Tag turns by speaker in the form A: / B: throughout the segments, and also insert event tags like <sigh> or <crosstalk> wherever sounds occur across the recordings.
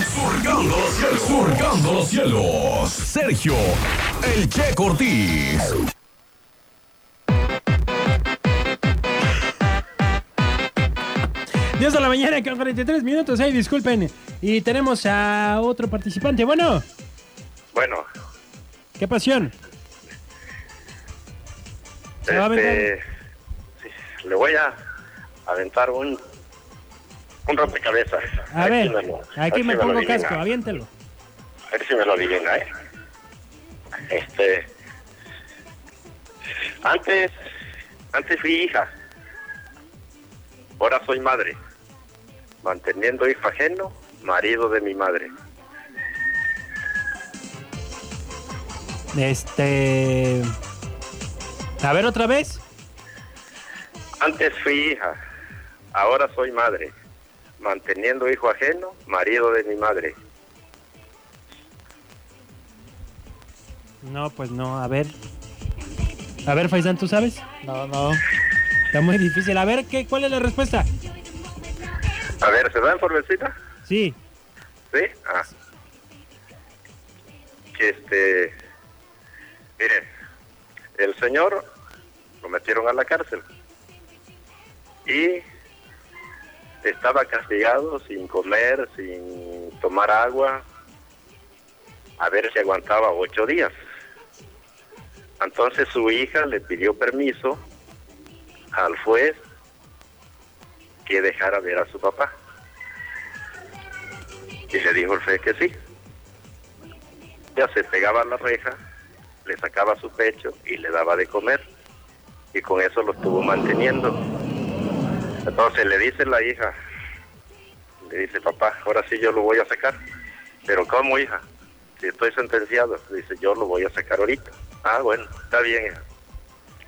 A: Surcando los cielos. Surcando los cielos. Sergio, el Che Cortiz.
B: Dios de la mañana con 43 minutos, ay, disculpen. Y tenemos a otro participante. Bueno,
C: Bueno,
B: qué pasión. Se va a
C: este, sí, le voy a aventar un, un rompecabezas.
B: A
C: ver
B: ver,
C: si lo- a ver
B: aquí
C: si
B: me
C: lo
B: pongo
C: adivina.
B: casco, aviéntelo.
C: A ver si me lo adivina, ¿eh? Este. Antes. Antes fui hija. Ahora soy madre. Manteniendo hijo ajeno, marido de mi madre.
B: Este. A ver otra vez.
C: Antes fui hija. Ahora soy madre. Manteniendo hijo ajeno, marido de mi madre.
B: No, pues no, a ver. A ver, Faisán, ¿tú sabes?
D: No, no.
B: Está muy difícil. A ver, ¿qué, ¿cuál es la respuesta?
C: A ver, ¿se dan por vencida?
B: Sí,
C: ¿Sí? Ah. Que este. Miren, el señor lo metieron a la cárcel. Y estaba castigado sin comer, sin tomar agua. A ver si aguantaba ocho días. Entonces su hija le pidió permiso al juez que dejara ver a su papá. Y le dijo el fe que sí. Ya se pegaba a la reja, le sacaba su pecho y le daba de comer. Y con eso lo estuvo manteniendo. Entonces le dice la hija, le dice papá, ahora sí yo lo voy a sacar. Pero ¿cómo hija? Si estoy sentenciado, dice yo lo voy a sacar ahorita. Ah, bueno, está bien hija.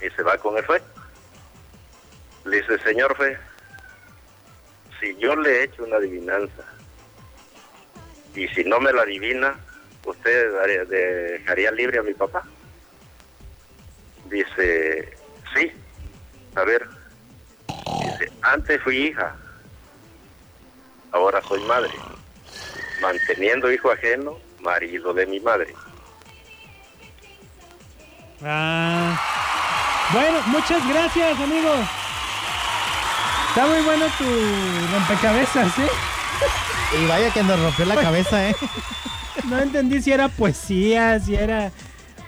C: Y se va con el fe. Le dice, señor fe, si yo le he hecho una adivinanza y si no me la adivina, usted daría- dejaría libre a mi papá. Dice, sí, a ver, dice, antes fui hija, ahora soy madre, manteniendo hijo ajeno, marido de mi madre.
B: Ah. Bueno, muchas gracias, amigo. Está muy bueno tu rompecabezas, ¿eh?
D: Y vaya que nos rompió la <laughs> cabeza, ¿eh?
B: <laughs> No entendí si era poesía, si era.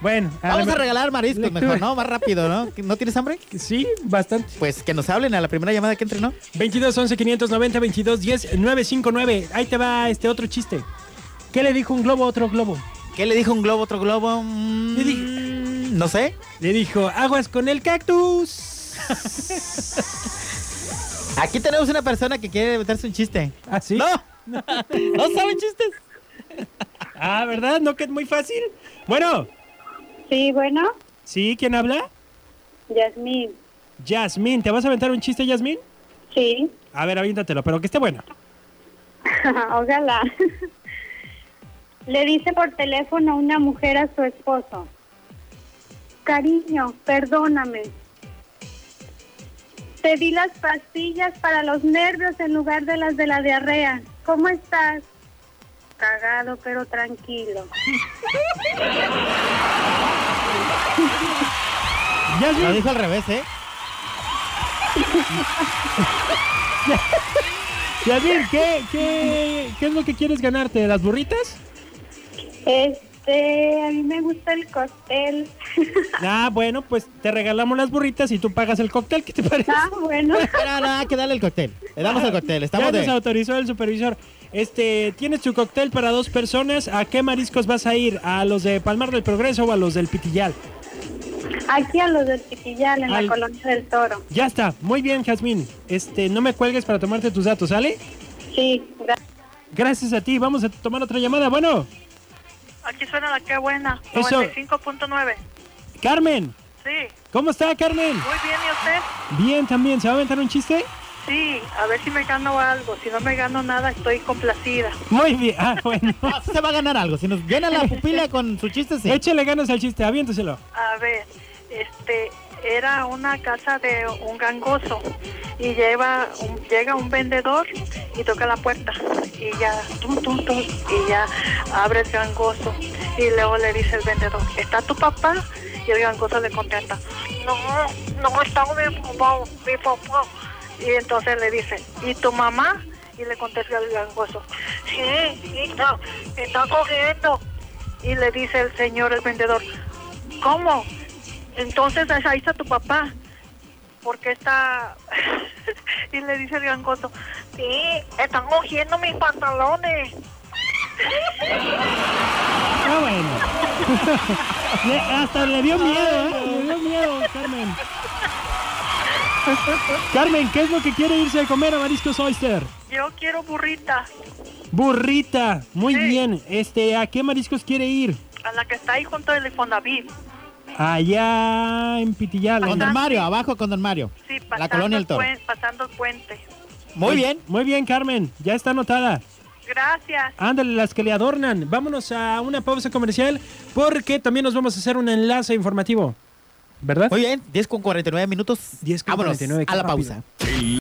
B: Bueno, a
D: Vamos
B: la-
D: a regalar mariscos
B: Lectura.
D: mejor, ¿no? Más rápido, ¿no? ¿No tienes hambre?
B: Sí, bastante.
D: Pues que nos hablen a la primera llamada que entre, ¿no?
B: 22 11 590 22 10 959. Ahí te va este otro chiste. ¿Qué le dijo un globo a otro globo?
D: ¿Qué le dijo un globo a otro globo? Mm,
B: Le dije-
D: No sé.
B: Le dijo, aguas con el cactus. <laughs>
D: Aquí tenemos una persona que quiere meterse un chiste.
B: ¿Ah, sí? <laughs>
D: ¡No! ¡No saben chistes!
B: Ah, ¿verdad? ¿No que es muy fácil? Bueno,
E: Sí, bueno,
B: ¿sí? ¿Quién habla?
E: Yasmín,
B: Yasmín. ¿Te vas a aventar un chiste, Yasmín?
E: sí, <laughs>
B: A ver, aviéntatelo, pero que esté bueno.
E: ojalá. Le dice por teléfono una mujer a su esposo, cariño, perdóname. Te di las pastillas para los nervios en lugar de las de la diarrea. ¿Cómo estás? Cagado, pero tranquilo.
D: Lo
B: Yasmín,
D: dijo al revés, ¿eh?
B: Yasmín, ¿qué, qué, ¿qué es lo que quieres ganarte? ¿Las burritas?
E: Este, a mí me gusta el cóctel. <laughs>
B: Ah, bueno, pues te regalamos las burritas y tú pagas el cóctel, ¿qué te parece?
E: Ah, bueno.
D: No, no, hay que darle el cóctel. Le damos el cóctel.
B: Ya
D: Estamos
B: nos
D: de...
B: autorizó el supervisor. Este, tienes tu cóctel para dos personas. ¿A qué mariscos vas a ir? ¿A los de Palmar del Progreso o a los del Pitillal?
E: Aquí a los del Chiquillal, en
B: Al-
E: la colonia del Toro.
B: Ya está. Muy bien, Jazmín. Este, no me cuelgues para tomarte tus datos, ¿sale?
E: Sí, gracias.
B: Gracias a ti. Vamos a tomar otra llamada. Bueno,
F: Aquí suena la que buena.
B: Eso.
F: 95.9.
B: Carmen.
F: Sí,
B: ¿Cómo está, Carmen?
F: muy bien. ¿Y usted?
B: Bien, también. ¿Se va a aventar un chiste?
F: Sí, a ver si me gano algo. Si no me gano nada, estoy complacida.
B: Muy bien. Ah, bueno.
D: Ah, sí se va a ganar algo. Si nos llena la pupila con su chiste, sí.
B: Échale ganas al chiste. Aviéntaselo.
F: A ver, este, era una casa de un gangoso y lleva un- llega un vendedor y toca la puerta y ya tum tum tum y ya abre el gangoso y luego le dice el vendedor está tu papá y el gangoso le contesta no no está mi papá mi papá y entonces le dice y tu mamá y le contesta el gangoso sí está está cogiendo y le dice el señor el vendedor ¿Cómo? Entonces ahí está tu papá. Porque está... <laughs> y le dice el gangoso, sí, están cogiendo mis pantalones.
B: Ah, bueno. <laughs> Le- hasta le dio miedo, ¿eh? Le dio miedo, Carmen. Carmen, ¿qué es lo que quiere irse a comer a Mariscos Oyster?
F: Yo quiero burrita,
B: Burrita, muy
F: Sí.
B: bien. Este, ¿a qué mariscos quiere ir?
F: a la que está ahí junto del Infonavit.
B: Allá en Pitillal.
D: Con
B: ¿no?
D: Don Mario, abajo con Don Mario.
F: Sí,
D: La
F: pasando,
D: colonia
F: el
D: El Toro.
F: puen- pasando el puente.
D: Muy bien.
B: Muy bien, Carmen, ya está anotada.
F: Gracias.
B: Ándale, las que le adornan. Vámonos a una pausa comercial porque también nos vamos a hacer un enlace informativo. ¿Verdad?
D: Muy bien. 10 con 49 minutos.
B: 10 con
D: Vámonos
B: 49, qué
D: a la
B: rápido.
D: pausa.